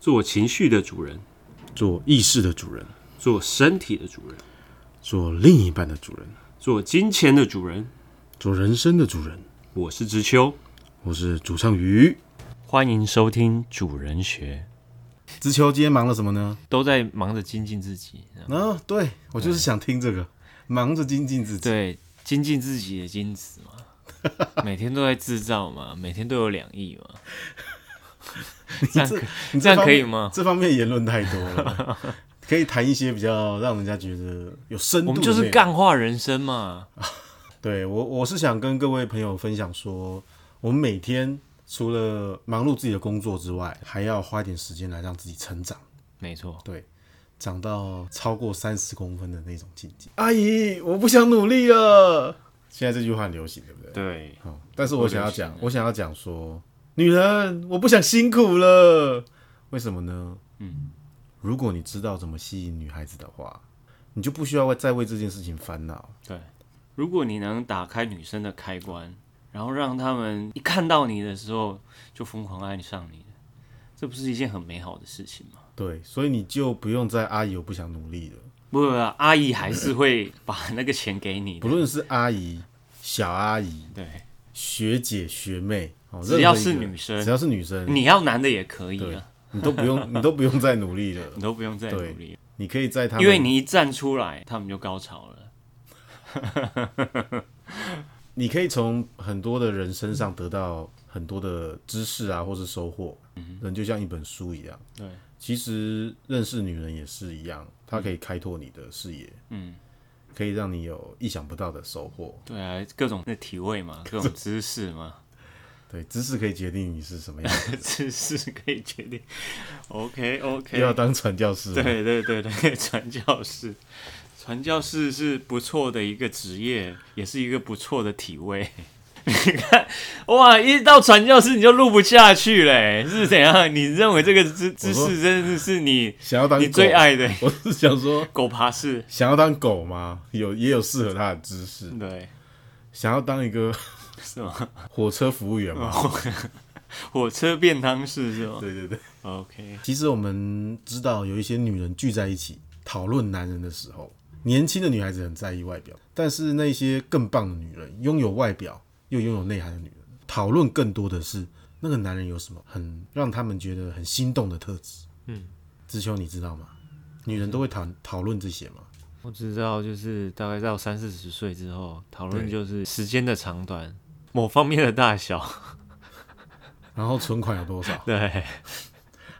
做情绪的主人，做意识的主人，做身体的主人，做另一半的主人，做金钱的主人。做人生的主人。我是知秋，我是主唱鱼。欢迎收听主人学，直球今天忙了什么呢？都在忙着精进自己。啊，对我就是想听这个，忙着精进自己。嗯对，精进自己的精子嘛，每天都在制造嘛，每天都有两亿嘛。这样可你这样方可以面吗这方面言论太多 了，可以谈一些比较让人家觉得有深度的我内容。们就是干化人生嘛。对我，我是想跟各位朋友分享说，我们每天除了忙碌自己的工作之外，还要花一点时间来让自己成长，没错，对，长到超过三十公分的那种境界。阿姨，我不想努力了。现在这句话很流行，对不对？对，好，但是我想要欸讲，我想要讲说，女人，我不想辛苦了。为什么呢？嗯，如果你知道怎么吸引女孩子的话，你就不需要为再为这件事情烦恼。对，如果你能打开女生的开关，然后让他们一看到你的时候就疯狂爱上你，这不是一件很美好的事情吗？对，所以你就不用再阿姨我不想努力了。不不不，阿姨还是会把那个钱给你不的。论是阿姨、小阿姨、对，学姐、学妹，哦，只要任何一个是女生嗯只要是女生，你要男的也可以对啊，，你都不用，你 都不用再努力了你，都不用再对努力了。啊你可以在他们因为你一站出来，他们就高潮了。 你可以从很多的人身上得到很多的知识啊，或是收获。人就像一本书一样，对，其实认识女人也是一样，它可以开拓你的视野，嗯，可以让你有意想不到的收获。对啊，各种的体位嘛，各种姿势 嘛，对，知识可以决定你是什 么样子，姿势可以决定。OK 又要 OK，当传教士吗，对对对对， 传教士，传教士是不错的一个职业，也是一个不错的体位。 你看，哇！一到传教士你就录不下去嘞，是怎样？你认为这个姿姿势真的是你想要当你狗最爱的 我是想说，狗爬式？想要当狗吗？有也有适合他的姿势。对，想要当一个是吗？ 火车服务员哦吗？火车便当式是吗对对对。 ？OK，其实我们知道，有一些女人聚在一起讨论男人的时候，年轻的女孩子很在意外表，但是那些更棒的女人，拥有外表又拥有内涵的女人，讨论更多的是那个男人有什么很让他们觉得很心动的特质。嗯，知秋，你知道吗？女人都会讨讨论这些吗？我只知道，就是大概到三四十岁之后，讨论对就是时间的长短，某方面的大小。 然后存款有多少？对，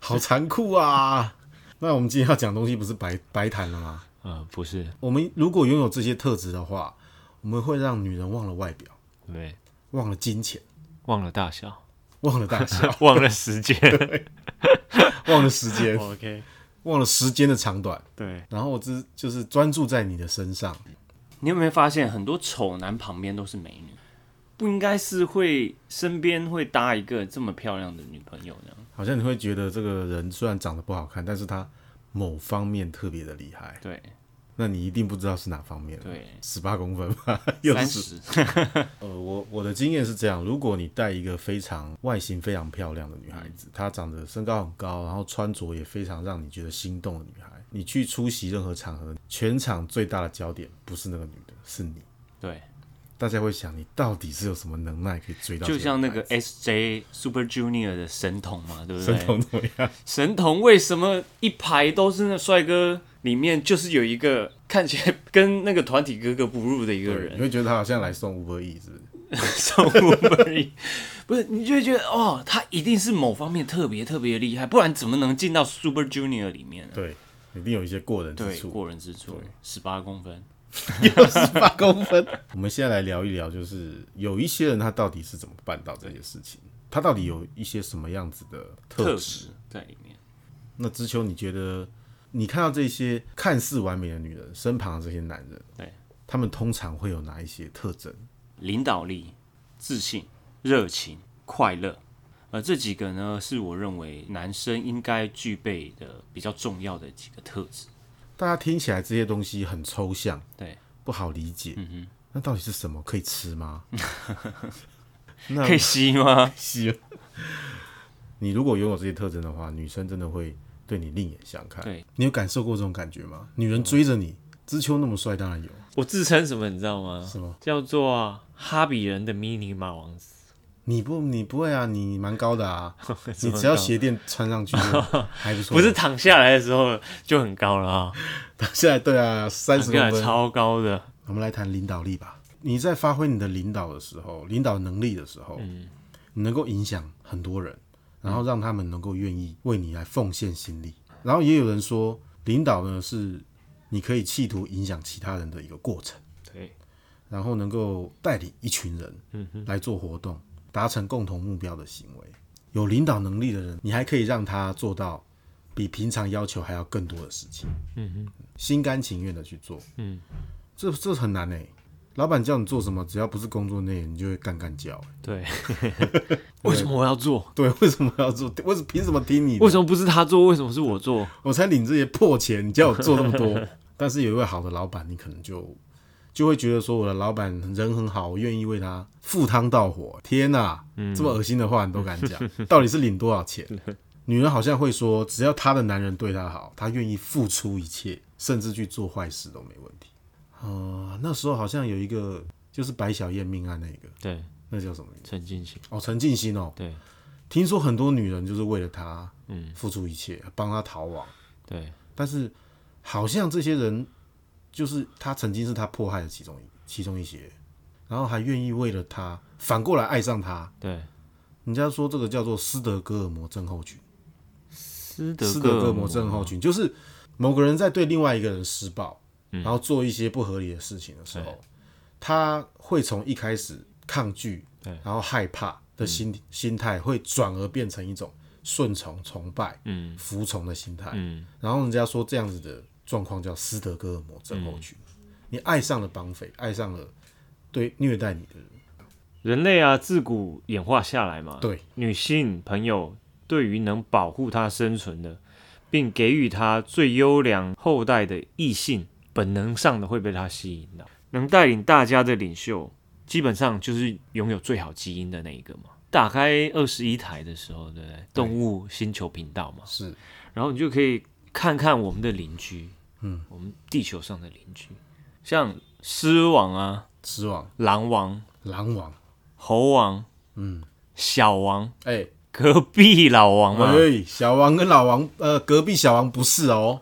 好残酷啊！那我们今天要讲的东西不是白白谈了吗？呃，不是，我们如果拥有这些特质的话，我们会让女人忘了外表，对，忘了金钱，忘了大 小，忘了大小，忘了时间。忘了时间， OK，忘了时间的长短，对。然后只就是专注在你的身上。你有没有发现，很多丑男旁边都是美女？不应该是会身边会搭一个这么漂亮的女朋友呢？好像你会觉得这个人虽然长得不好看，但是他某方面特别的厉害，对那你一定不知道是哪方面了。对，十八公分吧，又三是十，呃，我我的经验是这样：如果你带一个非常外形非常漂亮的女孩子，她长得身高很高，然后穿着也非常让你觉得心动的女孩，你去出席任何场合，全场最大的焦点不是那个女的，是你。对， 大家会想，你到底是有什么能耐可以追到就这个女孩子？像那个 SJ Super Junior 的神童嘛，对不对？神童怎么样？神童为什么一排都是那帅哥？里面就是有一个看起来跟那个团体格格不入的一个对，你人，会觉得她好像来送 Uber E 是不是？上不本不是，你就会觉得哦，他一定是某方面特别特别厉害，不然怎么能进到 Super Junior 里面呢？对，一定有一些过人之对，处。过人之处，十八公分， 又十八公分。 我们现在来聊一聊，就是有一些人他到底是怎么办到这些事情？他到底有一些什么样子的特特质？质在里面。那知秋，你觉得你看到这些看似完美的女人身旁的这些男人，对，他们通常会有哪一些特征？领导力、自信、热情、快乐，呃，这几个呢是我认为男生应该具备的比较重要的几个特质。大家听起来这些东西很抽象，对，不好理解。嗯哼，那到底是什么？可以吃吗？那可以吸吗？吸。你如果拥有这些特征的话，女生真的会对你另眼相看。对，你有感受过这种感觉吗？女人追着你，知秋那么帅，当然有。 我自称什么你知道吗？什么？叫做哈比人的迷你马王子。你不，你不会啊，你蛮高 的啊，怎你么只要搞鞋垫穿上去就还不 错。不是躺下来的时候就很高了啊， 现在对啊，三躺十下来公分。超高的。我们来谈领导力吧。你在发挥你的领导的时候，领导能力的时候，你能够影响很多人，然后让他们能够愿意为你来奉献心力。然后也有人说，领导呢是你可以企图影响其他人的一个过程，对，然后能够带领一群人来做活动，达成共同目标的行为。有领导能力的人，你还可以让他做到比平常要求还要更多的事情。嗯心甘情愿的去做。嗯，这这很难哎、老板叫你做什么，只要不是工作内容，你就会干干叫欸、哼，对。 为什么我要做？对，为什么要做？ 为什么凭什么听你的？为什么不是他做？为什么是我做？我才领这些破钱，你叫我做那么多？ 但是有一位好的老板，你可能就就会觉得说，我的老板人很好，我愿意为他赴汤蹈火。天哪、这么恶心的话你都敢讲？到底是领多少钱？女人好像会说，只要她的男人对她好，她愿意付出一切，甚至去做坏事都没问题。啊、那时候好像有一个就是白小燕命案那个，对，那叫什么名字？陈进行。哦，陈静心哦，对听说很多女人就是为了他，嗯，付出一切，帮他逃亡。对但是好像这些人就是他曾经是他迫害的其中一其中一些，然后还愿意为了他反过来爱上他。对，人家说这个叫做斯德哥尔摩症候群，斯斯德德哥哥尔尔摩摩症候群就是某个人在对另外一个人施暴，嗯然后做一些不合理的事情的时候，他会从一开始抗拒，然后害怕的心、嗯心态，会转而变成一种顺从、崇拜、嗯服从的心态。嗯，然后人家说这样子的状况叫斯德哥尔摩症候群，你爱上了绑匪，爱上了对虐待你的人，人类啊，自古演化下来嘛，对，女性朋友对于能保护她生存的，并给予她最优良后代的异性，本能上的会被她吸引到。能带领大家的领袖，基本上就是拥有最好基因的那一个嘛。打开二十一台的时候，对不对？动物星球频道嘛，是然后你就可以看看我们的邻居，嗯，我们地球上的邻居，像狮王啊、狮王、狼王、狼王，猴王，嗯，小王，哎、隔壁老王嘛，喂、小王跟老王，呃，隔壁小王不是哦，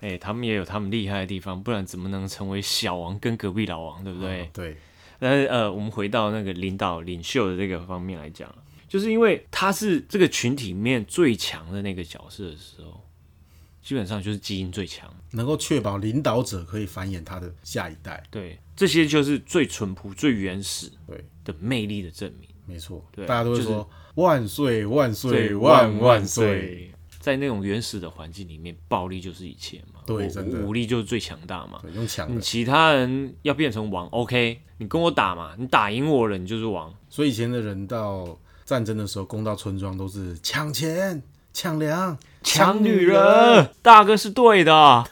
哎、他们也有他们厉害的地方，不然怎么能成为小王跟隔壁老王，对不对？对，但是呃，我们回到那个领导领袖的这个方面来讲，就是因为他是这个群体里面最强的那个角色的时候，基本上就是基因最强。能够确保领导者可以繁衍他的下一代，对，这些就是最淳朴、最原始对，的魅力的证明。没错，对大家都会就是说、万岁万岁对，万万岁，，在那种原始的环境里面，暴力就是一切嘛，对武真的武力就是最强大嘛。对，用抢你的，其他人要变成王，OK，你跟我打嘛，你打赢我了，你就是王。所以以前的人到战争的时候攻到村庄都是抢钱、抢粮、抢女人，大哥是对的。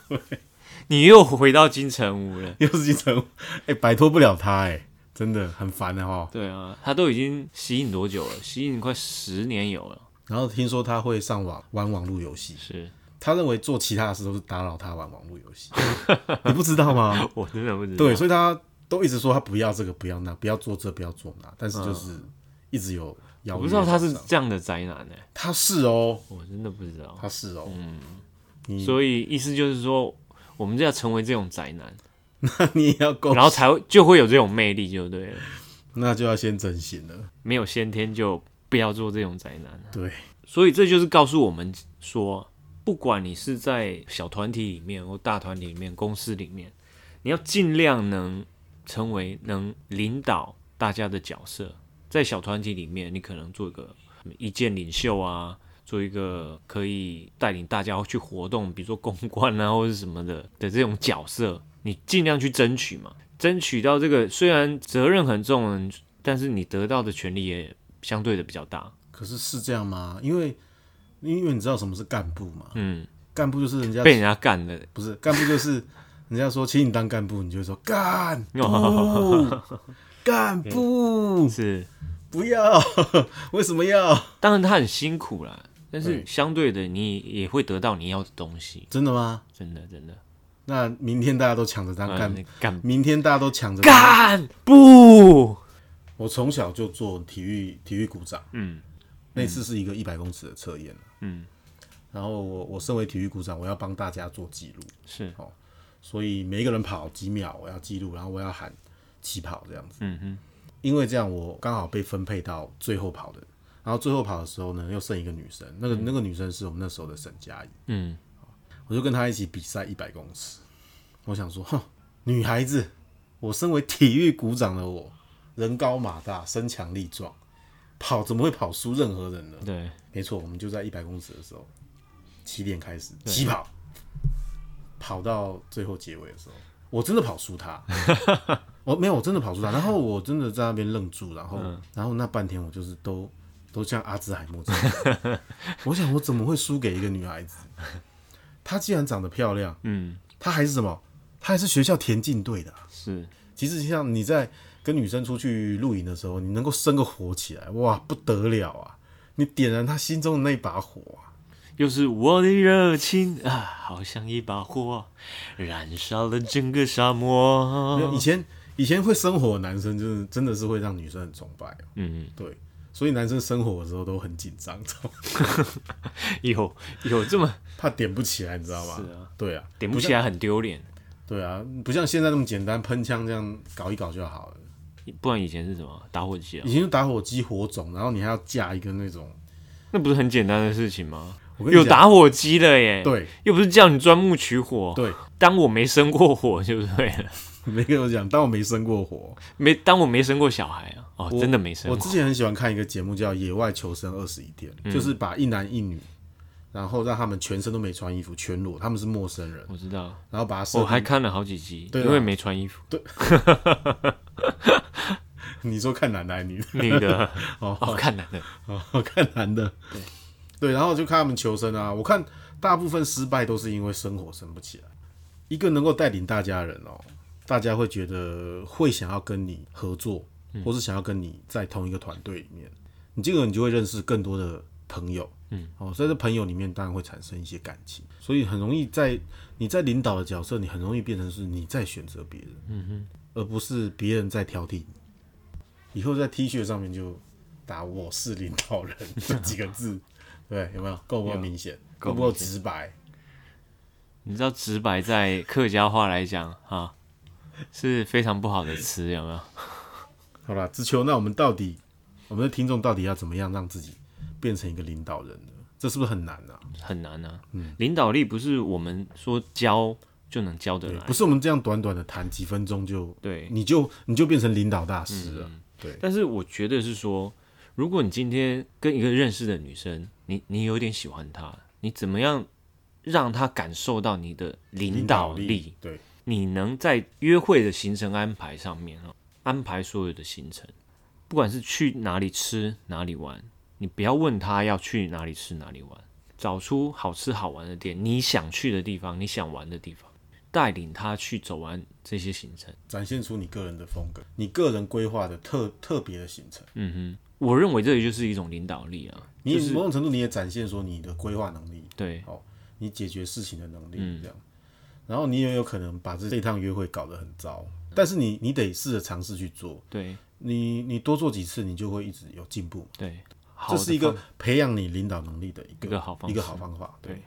你又回到金城武了。又是金城武， 哎、摆脱不了他、哎，真的很烦的哈。对啊，他都已经吸引多久了？吸引快十年有了。然后听说他会上网玩网络游戏，是他认为做其他的事都是打扰他玩网络游 戏，你不知道吗？我真的不知道。对，所以他都一直说他不要这个，不要那，不要做这，不要做那，但是就是一直有邀嗯我不约。知道他是这样的宅男呢、他是哦，我真的不知道。他是哦，嗯所以意思就是说，我们就要成为这种宅男，那 你也要够然，后才会就会有这种魅力，就对了。 那就要先整形了。没有先天就不要做这种宅男。啊对，所以这就是告诉我们说，不管你是在小团体里面或大团体里面、公司里面，你要尽量能成为能领导大家的角色。在小团体里面，你可能做一个意见领袖啊，做一个可以带领大家去活动，比如说公关啊或者是什么的的这种角色，你尽量去争取嘛。争取到这个虽然责任很重，但是你得到的权利也相对的比较大。可是是这样吗？因为因为你知道什么是干部嘛？嗯，干部就是人家被人家干的不是干部，就是 人家说请你当 干部，你就会说干部，干部，是不要， 为什么要？当然他很辛苦啦，但是对相对的你也会得到你要的东西，真的吗？真的真的。那明天大家都抢着当干嗯，你干明天大家都抢着当干不？我从小就做体育体育鼓掌，嗯那次是一个一百公尺的测验，嗯，然后我我身为体育鼓掌，我要帮大家做记录，是，所以每一个人跑几秒，我要记录，然后我要喊起跑这样子。嗯哼，因为这样我刚好被分配到最后跑的，然后最后跑的时候呢，又剩一个女生，那个、那个女生是我们那时候的沈佳宜，嗯，我就跟她一起比赛一百公尺。我想说，哼，女孩子，我身为体育股长的我，人高马大，身强力壮，跑怎么会跑输任何人呢？对，没错，我们就在一百公尺的时候，起点开始起跑，跑到最后结尾的时候，我真的跑输他，我没有，我真的跑输他，然后我真的在那边愣住，然后、然后那半天我就是都都像阿兹海默症，我想我怎么会输给一个女孩子？她既然长得漂亮，嗯，她还是什么？她还是学校田径队的啊、是，其实像你在跟女生出去露营的时候，你能够生个火起来，哇，不得了啊！你点燃她心中的那把火啊！又是我的热情啊，好像一把火，燃烧了整个沙没有以漠。前以前会生火的男生，就是真的是会让女生很崇拜哦、嗯，对，所以男生生火的时候都很紧张，知道吗 有有这么怕点不起来，你知道吗？是啊，对啊，点不起来很丢脸，对啊，不像现在那么简单，喷枪这样搞一搞就好了。不然以前是什么打火机啊以？前就打火机火种，然后你还要架一个那种，那不是很简单的事情吗？我跟你有讲打火机了耶，，对又不是叫你钻木取火，，对， 当我没生过火 就对了，没跟我讲，但我没生过火，没当我没生过小孩啊，哦，真的没生我过，之前很喜欢看一个节目叫《野外求生二十一天》，就是把一男一女，然后让他们全身都没穿衣服，全裸，他们是陌生人，我知道，然后把他设我还定。看了好几集，对啊因为没穿衣服， 你说看男的还 是女的？女的 哦，看男的，哦，看男的。对对，然后就看他们求生啊。我看大部分失败都是因为生火生不起来。一个能够带领大家的人哦，大家会觉得会想要跟你合作，或是想要跟你在同一个团队里面，你这个你就会认识更多的朋友。嗯，哦，在这朋友里面当然会产生一些感情，所以很容易在你在领导的角色，你很容易变成是你在选择别人，嗯哼，而不是别人在挑剔你。以后在 T 恤上面就打“我是领导人”这几个 字，对，有没有够不够明显？够够不够明显直白？你知道直白在客家话来讲啊，是非常不好的词，有没有？好啦，知秋，那我们到底我们的听众到底要怎么样让自己变成一个领导人呢？这是不是很难啊？很难啊，嗯领导力不是我们说教就能教得对，来不，是我们这样短短的谈几分钟就对，你就你就变成领导大师了。对，但是我觉得是说，如果你今天跟一个认识的女生，你你有点喜欢她，你怎么样让她感受到你的领导力？力，对，你能在约会的行程安排上面哦，安排所有的行程，不管是去哪里吃哪里玩，你不要问她要去哪里吃哪里玩，找出好吃好玩的店，你想去的地方，你想玩的地方，带领她去走完这些行程。展现出你个人的风格，你个人规划的特特别的行程，嗯哼，我认为这就是一种领导力啊。你就是某种程度你也展现说你的规划能力，对，你解决事情的能力嗯这样。然后你也有可能把这这趟约会搞得很糟，但是你你得试着尝试去做，对你你多做几次，你就会一直有进步嘛。对，好这的是一个方培养你领导能力的一个一个好方一个式好方法。对，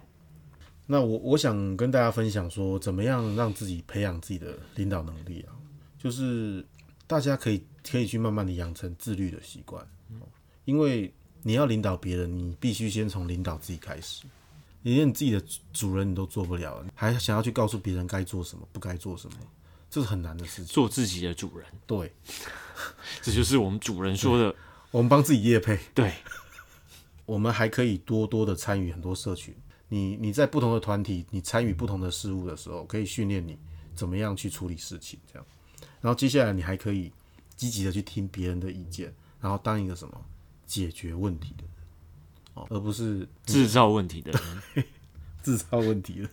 那我我想跟大家分享说，怎么样让自己培养自己的领导能力啊？就是大家可以可以去慢慢的养成自律的习惯，因为你要领导别人，你必须先从领导自己开始。你连你自己的主人你都做不了了，还想要去告诉别人该做什么，不该做什么，这是很难的事情。做自己的主人，对，这就是我们主人说的。我们帮自己业配。对，我们还可以多多的参与很多社群。你你在不同的团体，你参与不同的事物的时候，可以训练你怎么样去处理事情，这样。然后接下来你还可以积极的去听别人的意见，然后当一个什么解决问题的人，哦，而不是制造问题的人，制造问题的。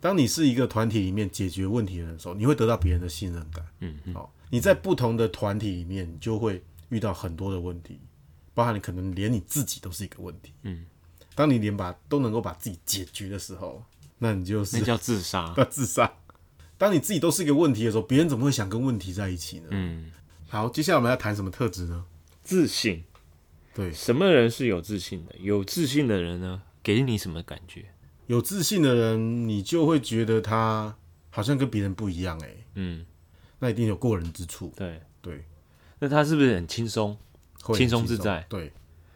当你是一个团体里面解决问题的人的时候，你会得到别人的信任感。嗯，好、哦，你在不同的团体里面，你就会遇到很多的问题，包含你可能连你自己都是一个问题。嗯，当你连把都能够把自己解决的时候，那你就是那叫自杀 。要自杀。当你自己都是一个问题的时候，别人怎么会想跟问题在一起呢？嗯，好，接下来我们要谈什么特质呢？自信。对什么人是有自信的？有自信的人呢，给你什么感觉？有自信的人，你就会觉得他好像跟别人不一样、欸，嗯，那一定有过人之处，对。对，那他是不是很轻松？会很轻松自在对，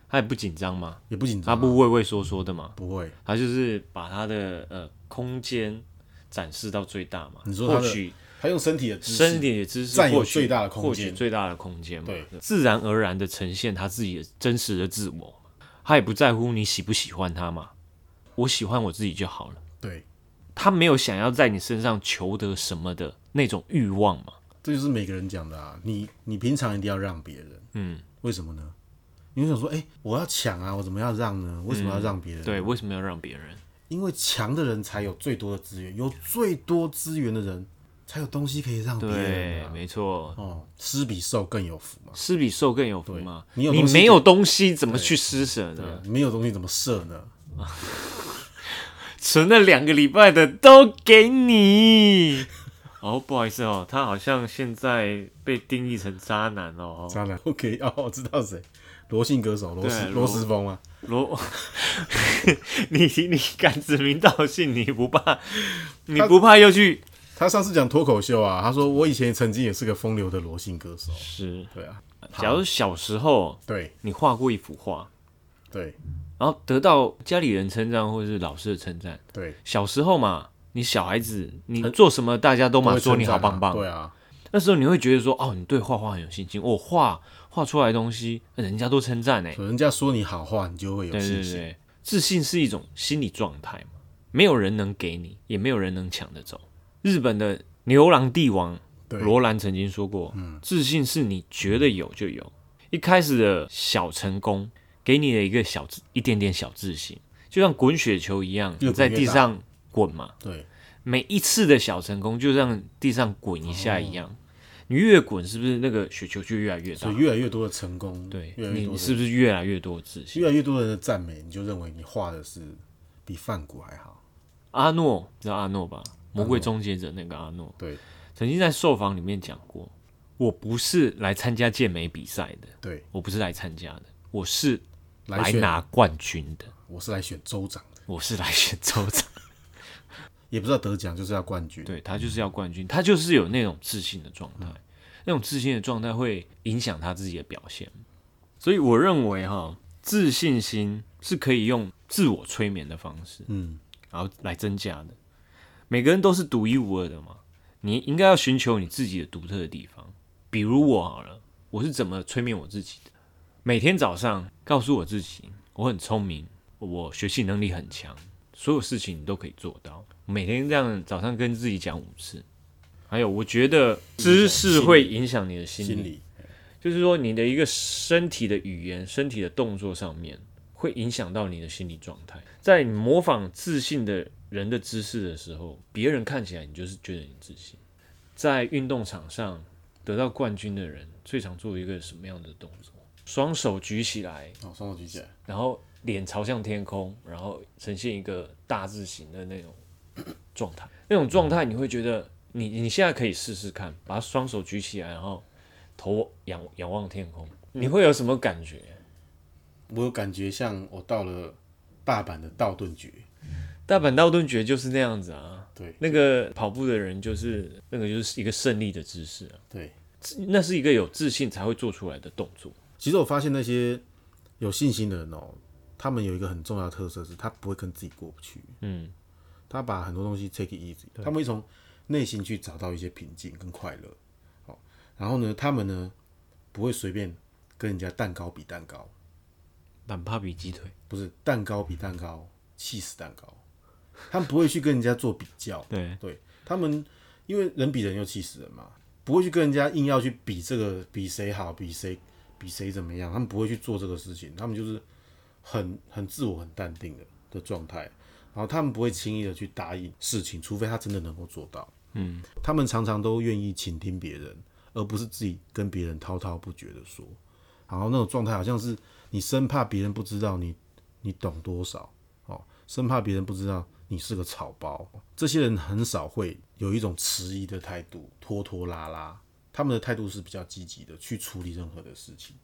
他也不紧张嘛，也不紧他张啊、不畏畏缩缩的嘛，不会，他就是把他的呃空间展示到最大嘛。你说他或的许他用身体的姿势身体的知识占有获取最大的空间获取最大的空间嘛，对，自然而然的呈现他自己的真实的自我嘛，他也不在乎你喜不喜欢他嘛，我喜欢我自己就好了，对，他没有想要在你身上求得什么的那种欲望嘛，这就是每个人讲的啊。你你平常一定要让别人，嗯，为什么呢？你会想说，哎、我要抢啊，我怎么要让呢？为什么要让别人、嗯对，，为什么要让别人？因为强的人才有最多的资源，有最多资源的人才有东西可以让别人、对，啊。没错，哦，施比受更有福嘛。施比受更有福嘛，对你有你东西没有东西怎么去施舍对啊呢？，没有东西怎么射呢？存了两个礼拜的都给你。哦，不好意思哦，他好像现在被定义成渣男哦。渣男，OK，哦， 我知道谁，罗姓歌手罗斯对罗罗斯峰啊，罗， 你你敢指名道姓，你不怕？你不怕又去？他上次讲脱口秀啊，他说我以前曾经也是个风流的罗姓歌手，是，对啊，假如小时候对你画过一幅画，对然后得到家里人称赞或者是老师的称赞，对，小时候嘛，你小孩子你做什么大家都嘛会说称你好赞啊棒棒，对啊，那时候你会觉得说，哦，你对画画很有信心，我、哦画画出来的东西人家都称赞哎，人家说你好话，你就会有对信对心。对，自信是一种心理状态嘛，没有人能给你，也没有人能抢得走。日本的牛郎帝王对罗兰曾经说过，嗯自信是你觉得有就有，一开始的小成功给你的一个小自一点点小自信，就像滚雪球一样，越滚越在地大上滚嘛，对每一次的小成功就让地上滚一下一样，你越滚是不是那个雪球就越来越大所以？越来越多的成功，对，越来越你你多的是不是越来越多自信？越来越多人的赞美，你就认为你画的是比梵谷还好。阿诺，你知道阿诺吧？魔鬼终结者那个阿诺，对曾经在受访里面讲过，我不是来参加健美比赛的，对，我不是来参加的，我是来来选拿冠军的，我是来选州长的，我是来选州长。也不知道得奖就是要冠军。对他就是要冠军，他就是有那种自信的状态，那种自信的状态会影响他自己的表现。所以我认为哈，自信心是可以用自我催眠的方式，嗯，然后来增加的。每个人都是独一无二的嘛，你应该要寻求你自己的独特的地方。比如我好了，我是怎么催眠我自己的？每天早上告诉我自己，我很聪明，我学习能力很强，所有事情你都可以做到。每天这样早上跟自己讲五次。还有，我觉得知识会影响你的心心理，理就是说你的一个身体的语言、身体的动作上面，会影响到你的心理状态。在你模仿自信的人的姿势的时候，别人看起来你就是觉得你自信。在运动场上得到冠军的人，最常做一个什么样的动作？双手举起来，哦，双手举起来，然后脸朝向天空，然后呈现一个大字形的那种状态。那种状态你会觉得你，你现在可以试试看，把双手举起来，然后头仰仰望天空，你会有什么感觉？我有感觉像我到了大阪的道顿崛，大阪道顿崛就是那样子啊，对那个跑步的人就是那个就是一个胜利的姿势啊，对。那是一个有自信才会做出来的动作。其实我发现那些有信心的人哦，他们有一个很重要的特色是，他不会跟自己过不去，嗯，他把很多东西 take it easy，他们会从内心去找到一些平静跟快乐。好，然后呢，他们呢不会随便跟人家蛋糕比蛋糕，板帕比鸡腿，不是蛋糕比蛋糕，气死蛋糕，他们不会去跟人家做比较。对，对他们，因为人比人又气死人嘛，不会去跟人家硬要去比这个比谁好，比谁比谁怎么样，他们不会去做这个事情，他们就是很很自我、很淡定的的状态，然后他们不会轻易的去答应事情，除非他真的能够做到。嗯，他们常常都愿意倾听别人，而不是自己跟别人滔滔不绝的说。然后那种状态好像是你生怕别人不知道你你懂多少哦，生怕别人不知道你是个草包。这些人很少会有一种迟疑的态度，拖拖拉拉，他们的态度是比较积极的去处理任何的事情。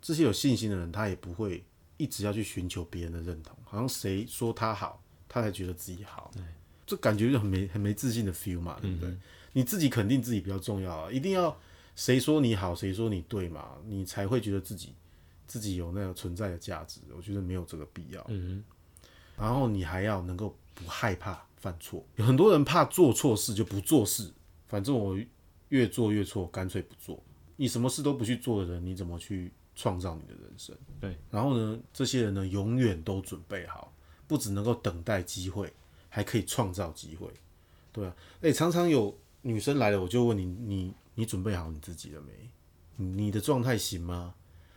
这些有信心的人，他也不会一直要去寻求别人的认同，好像谁说他好，他才觉得自己好。这感觉就很没很没自信的 feel 嘛，对不对？你自己肯定自己比较重要啊，一定要谁说你好，谁说你对嘛，你才会觉得自己自己有那个存在的价值。我觉得没有这个必要。嗯，然后你还要能够不害怕犯错，有很多人怕做错事就不做事，反正我越做越错，干脆不做。你什么事都不去做的人，你怎么去创造你的人生？对。然后呢，这些人呢，永远都准备好，不只能够等待机会，还可以创造机会。对啊，哎、常常有女生来了，我就问你，你你准备好你自己了没？你你的状态行吗？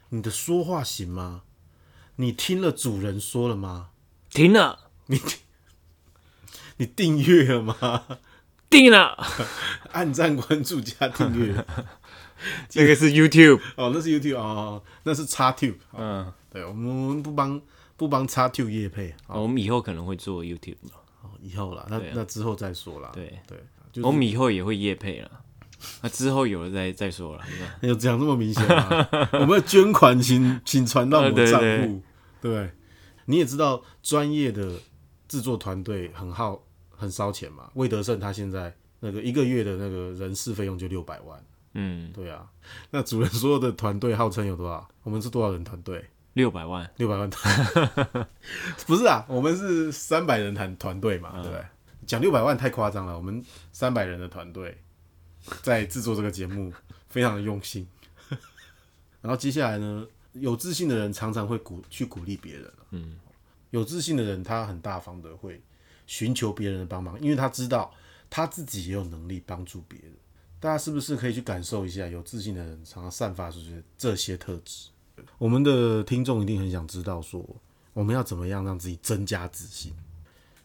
你的说话行吗？你听了主人说了吗？停了，你订阅了吗？定了， 按赞、关注、加 订阅。这个是 YouTube，哦，那是 YouTube 哦，那是 XTube。嗯，对，我们我们不帮不帮 XTube 业配，我们以后可能会做 YouTube，哦，以后啦，那、那之后再说啦。啊对对，就我们以后也会夜配了，那之后有了再再说了，是吧有讲这么明 显吗？我们要捐款请请传到我们账户，对对不对你也知道，专业的制作团队很耗很烧钱嘛。魏德胜他现在那个一个月的那个人事费用就六百万，嗯，对啊。那主人说的团队号称有多少？我们是多少人团队？六百万，六百万团，不是啊，我们是三百人团团队嘛，对不对？讲六百万太夸张了，我们三百人的团队在制作这个节目非常的用心。然后接下来呢，有自信的人常常会鼓去鼓励别人，嗯，有自信的人他很大方的会寻求别人的帮忙，因为他知道他自己也有能力帮助别人。大家是不是可以去感受一下，有自信的人常常散发出去这些特质？我们的听众一定很想知道说，我们要怎么样让自己增加自信？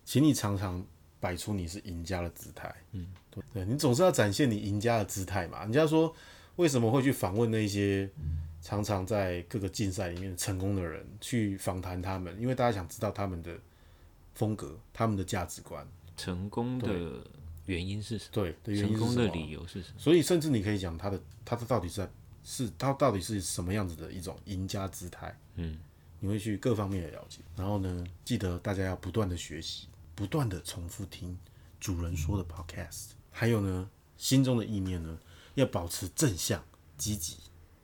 请你常常摆出你是赢家的姿态，嗯，对，对你总是要展现你赢家的姿态嘛。人家说为什么会去访问那些常常在各个竞赛里面成功的人，去访谈他们，因为大家想知道他们的风格、他们的价值观，成功的原因是什么？对的原因成是功什的么理由是什么？所以甚至你可以讲他的他的到底是在是他到底是什么样子的一种赢家姿态，嗯，你会去各方面的了解，然后呢，记得大家要不断的学习，不断的重复听主人说的 podcast，还有呢，心中的意念呢要保持正向积极，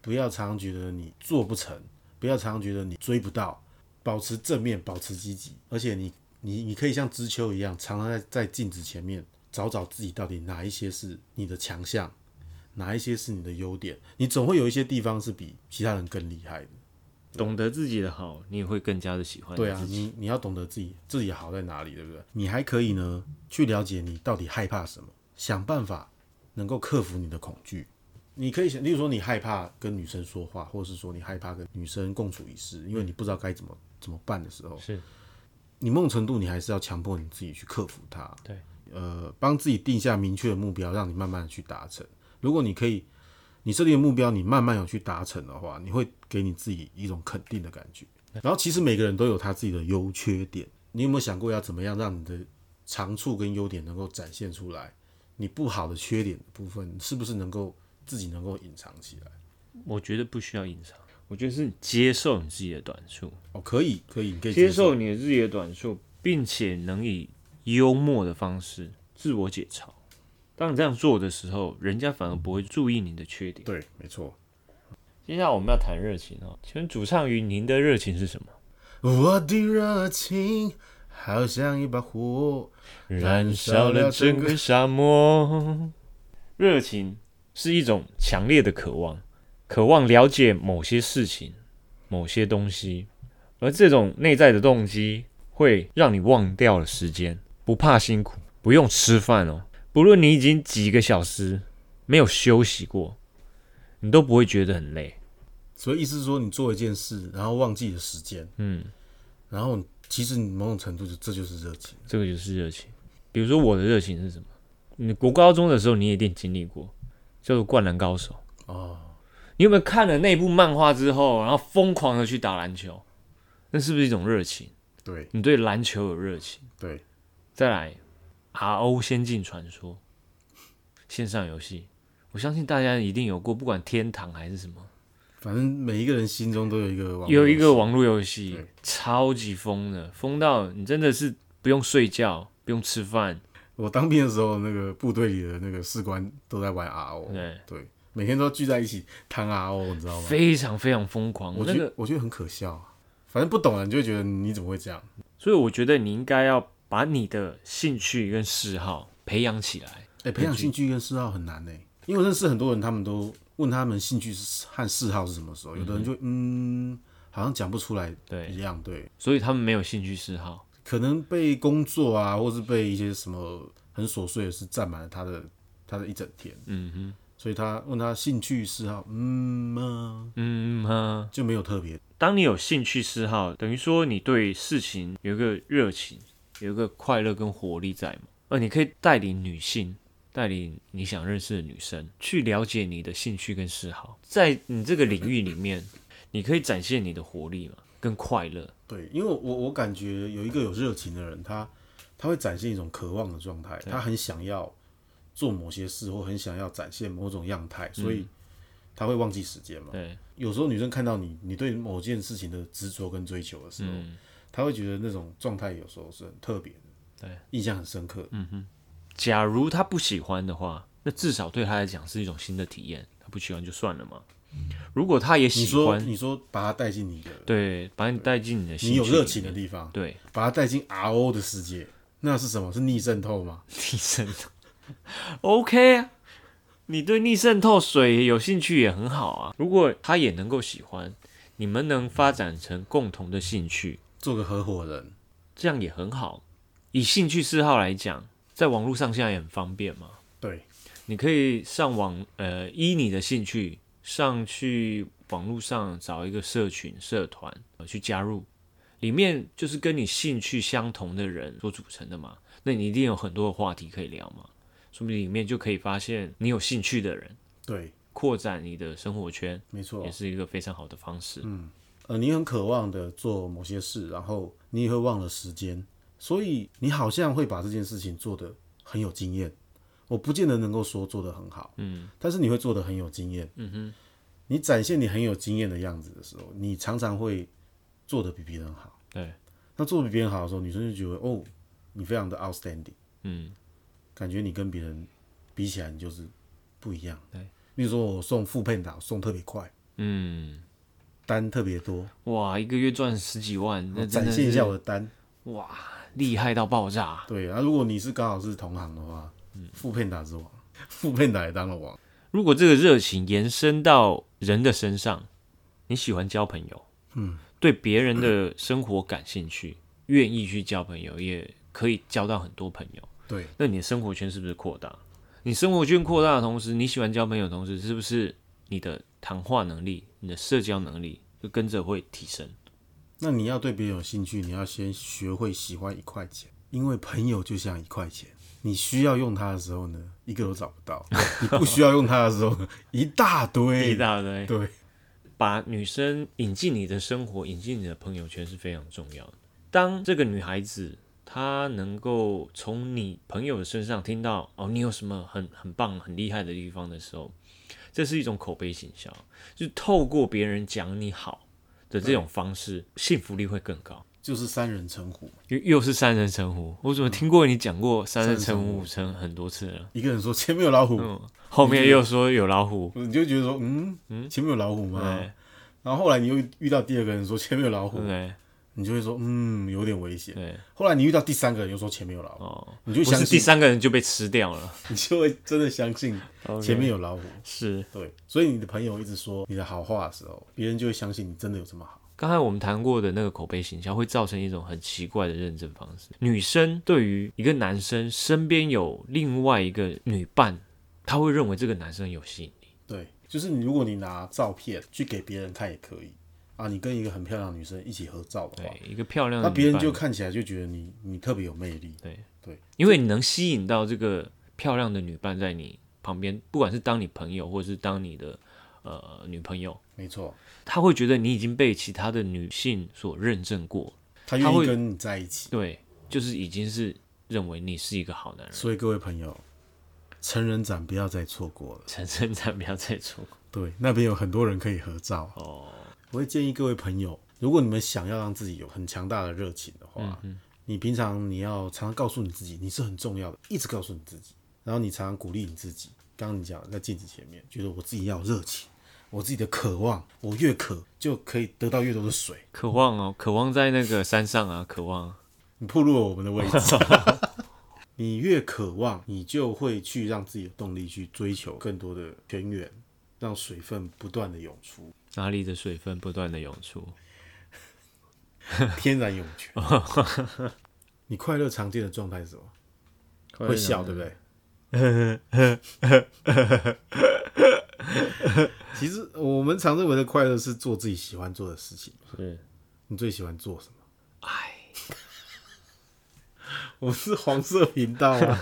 不要常常觉得你做不成，不要常常觉得你追不到，保持正面，保持积极，而且你你你可以像知秋一样，常常在在镜子前面找找自己到底哪一些是你的强项，哪一些是你的优点，你总会有一些地方是比其他人更厉害的。懂得自己的好，你也会更加的喜欢对你啊自，己。你你要懂得自己自己好在哪里，对不对？你还可以呢，去了解你到底害怕什么，想办法能够克服你的恐惧。你可以想，例如说你害怕跟女生说话，或者是说你害怕跟女生共处一室，因为你不知道该怎么怎么办的时候，是你某种程度你还是要强迫你自己去克服它。对，呃，帮自己定下明确的目标，让你慢慢的去达成。如果你可以，你设定的目标，你慢慢有去达成的话，你会给你自己一种肯定的感觉。然后其实每个人都有他自己的优缺点，你有没有想过要怎么样让你的长处跟优点能够展现出来？你不好的缺点的部分，是不是能够自己能够隐藏起来？我觉得不需要隐藏，我觉得是接受你自己的短处，哦，可以，可以，你可以接接受你的自己的短处，并且能以幽默的方式自我解嘲。当你这样做的时候，人家反而不会注意你的缺点。对，没错。接下来我们要谈热情哦，请问主唱于您的热情是什么？我的热情好像一把火，燃烧了整个沙漠。热情是一种强烈的渴望，渴望了解某些事情、某些东西，而这种内在的动机会让你忘掉了时间，不怕辛苦，不用吃饭哦。不论你已经几个小时没有休息过，你都不会觉得很累。所以意思是说，你做一件事，然后忘记了时间，嗯，然后其实你某种程度就这就是热情。这个就是热情。比如说我的热情是什么？你国高中的时候你一定经历过，叫做《灌篮高手》。哦，你有没有看了那部漫画之后，然后疯狂的去打篮球？那是不是一种热情？对你对篮球有热情？对，再来，RO《仙境传说》线上游戏，我相信大家一定有过，不管天堂还是什么，反正每一个人心中都有一个网有一个络游戏网络游戏对超级疯的，疯到你真的是不用睡觉，不用吃饭，我当兵的时候，那个部队里的那个士官都在玩 RO，对，对，每天都聚在一起谈 RO，你知道吗？非常非常疯狂。我那觉个得，我觉得很可笑啊。反正不懂的人就会觉得你怎么会这样？所以我觉得你应该要把你的兴趣跟嗜好培养起来。哎、培养兴趣跟嗜好很难呢、因为我认识很多人，他们都问他们兴趣是和嗜好是什么时候，有的人就嗯，好像讲不出来对一样，对，所以他们没有兴趣嗜好，可能被工作啊，或是被一些什么很琐碎的事占满了他的他的一整天，嗯哼，所以他问他兴趣嗜好，嗯嘛嗯哼。就没有特别，当你有兴趣嗜好，等于说你对事情有一个热情，有一个快乐跟活力在嘛。呃，你可以带领女性，带领你想认识的女生去了解你的兴趣跟嗜好，在你这个领域里面，你可以展现你的活力嘛，跟快乐。对，因为我我我感觉有一个有热情的人，他他会展现一种渴望的状态，他很想要做某些事，或很想要展现某种样态，所嗯以他会忘记时间嘛。对，有时候女生看到你，你对某件事情的执着跟追求的时候，嗯她会觉得那种状态有时候是很特别的，对，印象很深刻。嗯，假如他不喜欢的话，那至少对他来讲是一种新的体验。他不喜欢就算了嘛。如果他也你喜说欢，你说把她带进你的，对，把你带进你的兴你趣，有热情的，地方，对， 把她带进 RO 的世界，那是什么？是逆渗透吗？逆渗透，OK 啊。你对逆渗透水有兴趣也很好啊。如果他也能够喜欢，你们能发展成共同的兴趣，做个合伙人，这样也很好。以兴趣嗜好来讲，在网络上现在也很方便嘛。对，你可以上网，呃，依你的兴趣上去网络上找一个社群社团、呃、去加入，里面就是跟你兴趣相同的人所组成的嘛。那你一定有很多的话题可以聊嘛，说不定里面就可以发现你有兴趣的人，对，扩展你的生活圈，没错也。是一个非常好的方式。呃，你很渴望的做某些事，然后你也会忘了时间，所以你好像会把这件事情做得很有经验。我不见得能够说做得很好，嗯，但是你会做得很有经验，嗯哼。你展现你很有经验的样子的时候，你常常会做得比别人好。对，那做得比别人好的时候，女生就觉得哦，你非常的 outstanding，嗯，感觉你跟别人比起来，你就是不一样。对，例如说我送副片打，我送特别快，嗯，单特别多，哇，一个月赚十几万，那真哦展的现一下是我的单。哇，厉害到爆炸。对啊，如果你是刚好是同行的话，嗯 副片打之王，副片打也当了王，如果这个热情延伸到人的身上，你喜欢交朋友，嗯，对别人的生活感兴趣，愿意去交朋友，也可以交到很多朋友。对，那你的生活圈是不是扩大？你生活圈扩大的同时，你喜欢交朋友的同时，是不是你的谈话能力、你的社交能力就跟着会提升？那你要对别人有兴趣，你要先学会喜欢一块钱，因为朋友就像一块钱，你需要用它的时候呢，一个都找不 到；你不需要用它的时候呢，一大堆。一大堆，哎对，把女生引进你的生活，引进你的朋友圈是非常重要的。当这个女孩子她能够从你朋友的身上听到哦，你有什么很很棒、很厉害的地方的时候，这是一种口碑行销，就是透过别人讲你好的这种方式，幸福率会更高。就是三人成虎，又又是三人成虎，我怎么听过你讲过三人成三人虎成很多次了？一个人说前面有老虎，嗯，后面又说有老虎，你就觉得说，嗯，前面有老虎吗？对然后后来你又遇到第二个人说前面有老虎，对你就会说，嗯，有点危险。对后来你遇到第三个人又说前面有老虎，哦，你就不相是信第三个人就被吃掉了。你就会真的相信 OK 前面有老虎。是，对，所以你的朋友一直说你的好话的时候，别人就会相信你真的有这么好。刚才我们谈过的那个口碑行销，会造成一种很奇怪的认证方式。女生对于一个男生身边有另外一个女伴，她会认为这个男生有吸引力。对，就是你如果你拿照片去给别人看也可以啊，你跟一个很漂亮的女生一起合照的话，对，一个漂亮的那女伴，别人就看起来就觉得你你特别有魅力。对对，因为你能吸引到这个漂亮的女伴在你旁边，不管是当你朋友，或是当你的呃女朋友，没错，他会觉得你已经被其他的女性所认证过，他他愿会意跟你在一起。对，就是已经是认为你是一个好男人。所以各位朋友，成人展不要再错过了。陈生展不要再错过对，那边有很多人可以合照。哦，我会建议各位朋友，如果你们想要让自己有很强大的热情的话，你平常你要常常告诉你自己，你是很重要的，一直告诉你自己，然后你常常鼓励你自己。刚刚你讲在镜子前面，觉得我自己要有热情，我自己的渴望，我越渴就可以得到越多的水。渴望哦，渴望在那个山上啊，渴望你暴露了我们的位置。你越渴望，你就会去让自己有动力去追求更多的泉源，让水分不断的涌出，哪里的水分不断的涌出。天然涌 泉。你快乐常见的状态是什么？会笑，对不 对？其实我们常认为的快乐是做自己喜欢做的事情。是你最喜欢做什么？哎， 我们是黄色频道 啊。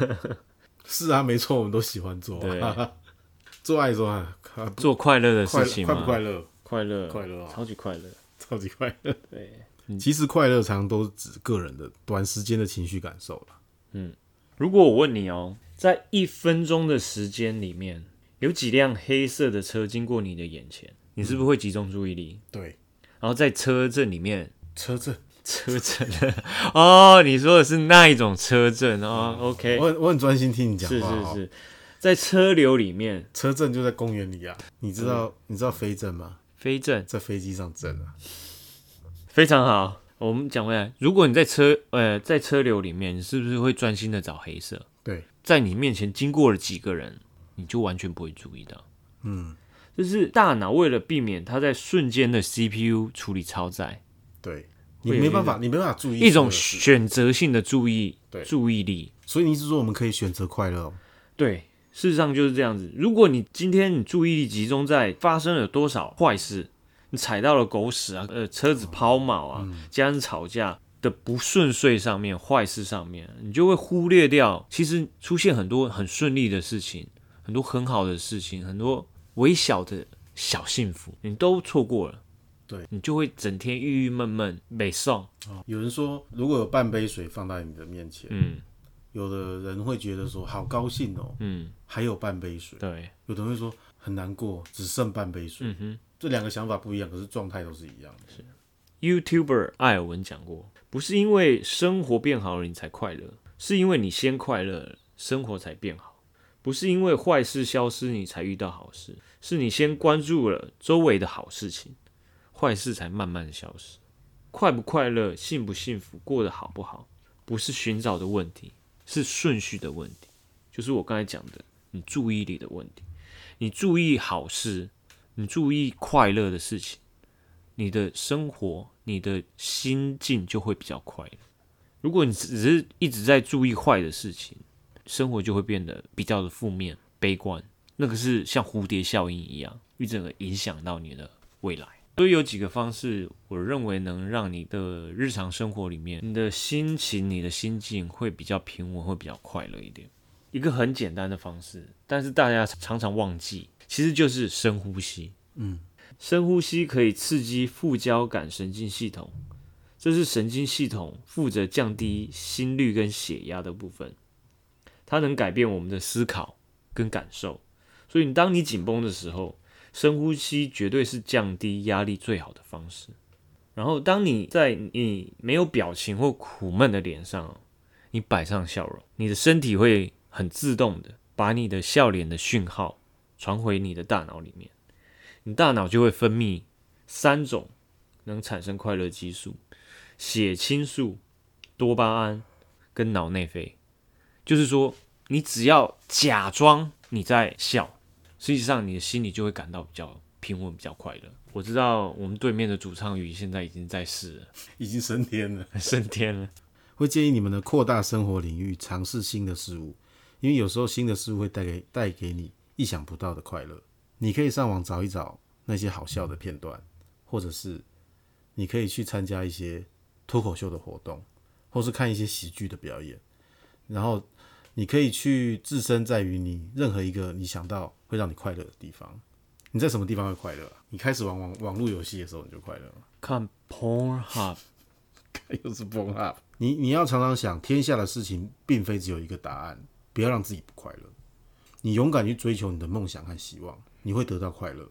是啊，没错，我们都喜欢做啊对。 做爱做啊，啊做快乐的快事乐情快吗？不快乐？快乐，快乐啊超级快乐。 超级快乐。对，其实快乐常都是指个人的短时间的情绪感受啦。如果我问你哦，在一分钟的时间里面，有几辆黑色的车经过你的眼前，你是不是会集中注意力？对，然后在车阵里面，车震，车阵 哦，你说的是那一种车阵哦，OK，我很我很专心听你讲是话、哦。是是，在车流里面车震就在公园里啊。你知道你知道飞震吗？飞阵，在飞机上震啊。非常好。我们讲回来，如果你在车呃在车流里面，你是不是会专心的找黑色？对，在你面前经过了几个人，你就完全不会注意到。嗯，就是大脑为了避免它在瞬间的 CPU 处理超载，对，会你有没办法，你没办法注意一种所有的事选择性的注意对注意力。所以你是说我们可以选择快乐、哦？对，事实上就是这样子。如果你今天你注意力集中在发生了多少坏事，你踩到了狗屎啊，呃，车子抛锚啊，家人吵架的不顺遂上面、坏事上面，你就会忽略掉，其实出现很多很顺利的事情，很多很好的事情，很多微小的小幸福，你都错过了。对你就会整天郁郁闷闷、悲伤。有人说，如果有半杯水放在你的面前，嗯有的人会觉得说好高兴哦，嗯，还有半杯水；对，有的人会说很难过，只剩半杯水。嗯哼。这两个想法不一样，可是状态都是一样的。 YouTuber 艾尔文讲过，不是因为生活变好了你才快乐，是因为你先快乐了，生活才变好。不是因为坏事消失你才遇到好事，是你先关注了周围的好事情，坏事才慢慢消失。快不快乐，幸不幸福，过得好不好，不是寻找的问题，是顺序的问题，就是我刚才讲的，你注意力的问题。你注意好事，你注意快乐的事情。你的生活、你的心境就会比较快乐。如果你只是一直在注意坏的事情，生活就会变得比较的负面、悲观，那个是像蝴蝶效应一样，一整个影响到你的未来。所以有几个方式，我认为能让你的日常生活里面，你的心情、你的心境会比较平稳，会比较快乐一点。一个很简单的方式，但是大家常常忘记，其实就是深呼吸。深呼吸可以刺激副交感神经系统，这是神经系统负责降低心率跟血压的部分。它能改变我们的思考跟感受，所以你当你紧绷的时候，深呼吸绝对是降低压力最好的方式。然后，当你在你没有表情或苦闷的脸上哦，你摆上笑容，你的身体会很自动的把你的笑脸的讯号传回你的大脑里面。你大脑就会分泌三种能产生快乐激素：血清素、多巴胺跟脑内啡。就是说，你只要假装你在笑，实际上你的心里就会感到比较平稳、比较快乐。我知道我们对面的主唱鱼现在已经在试了， 已经升天了，升天了。会建议你们呢扩大生活领域，尝试新的事物，因为有时候新的事物会带给带给你意想不到的快乐。你可以上网找一找那些好笑的片段，或者是你可以去参加一些脱口秀的活动，或是看一些喜剧的表演，然后你可以去置身在于你任何一个你想到会让你快乐的地方。你在什么地方会快乐啊、你开始玩网网络游戏的时候你就快乐了，看 Pornhub， 又是崩 up。你你要常常想，天下的事情并非只有一个答案，不要让自己不快乐。你勇敢去追求你的梦想和希望，你会得到快乐。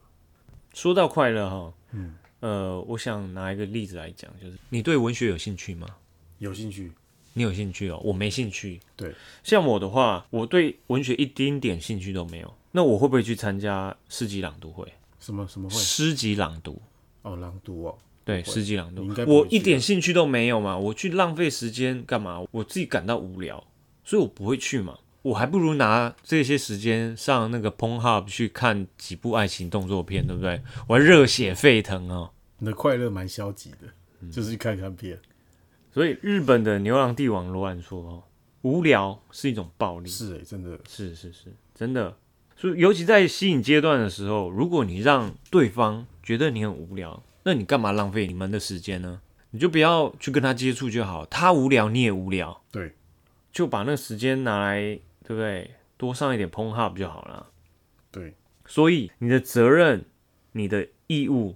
说到快乐哈，嗯，呃，我想拿一个例子来讲，就是你对文学有兴趣吗？有兴趣？你有兴趣哦，我没兴趣。对，像我的话，我对文学一丁点兴趣都没有。那我会不会去参加诗集朗读会？什么什么会？诗集朗读，哦，朗读哦，对，诗集朗你读应该，不会我去啊一吧点兴趣都没有嘛，我去浪费时间干嘛？我自己感到无聊，所以我不会去嘛。我还不如拿这些时间上那个 Pornhub 去看几部爱情动作片，对不对？我还热血沸腾哦。你的快乐蛮消极的，就是去看看片。所以日本的牛郎帝王罗兰说哦，无聊是一种暴力，是哎、真的，是是是，真的。所以尤其在吸引阶段的时候，如果你让对方觉得你很无聊，那你干嘛浪费你们的时间呢？你就不要去跟他接触就好，他无聊你也无聊，对，就把那个时间拿来，对不对？多上一点 p o n h u b 就好了。对，所以你的责任、你的义务、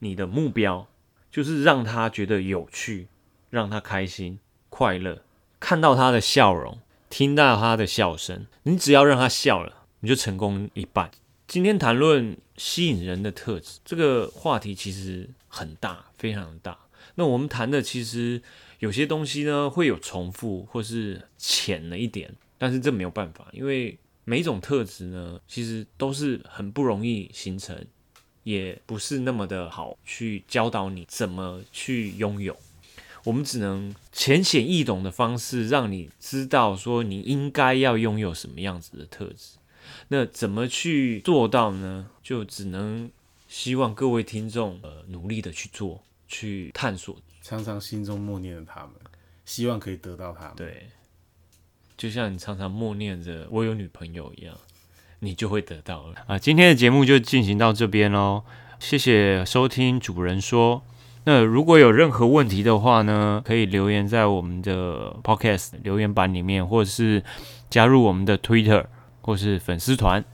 你的目标，就是让他觉得有趣，让他开心、快乐，看到他的笑容，听到他的笑声。你只要让他笑了，你就成功一半。今天谈论吸引人的特质，这个话题其实很大，非常大。那我们谈的其实有些东西呢会有重复，或是浅了一点，但是这没有办法，因为每一种特质呢，其实都是很不容易形成，也不是那么的好去教导你怎么去拥有。我们只能浅显易懂的方式，让你知道说你应该要拥有什么样子的特质。那怎么去做到呢？就只能希望各位听众呃努力的去做，去探索常常心中默念着他们，希望可以得到他们。对，就像你常常默念着“我有女朋友”一样，你就会得到了。啊，今天的节目就进行到这边喽，谢谢收听主人说。那如果有任何问题的话呢，可以留言在我们的 Podcast 留言板里面，或者是加入我们的 Twitter 或是粉丝团。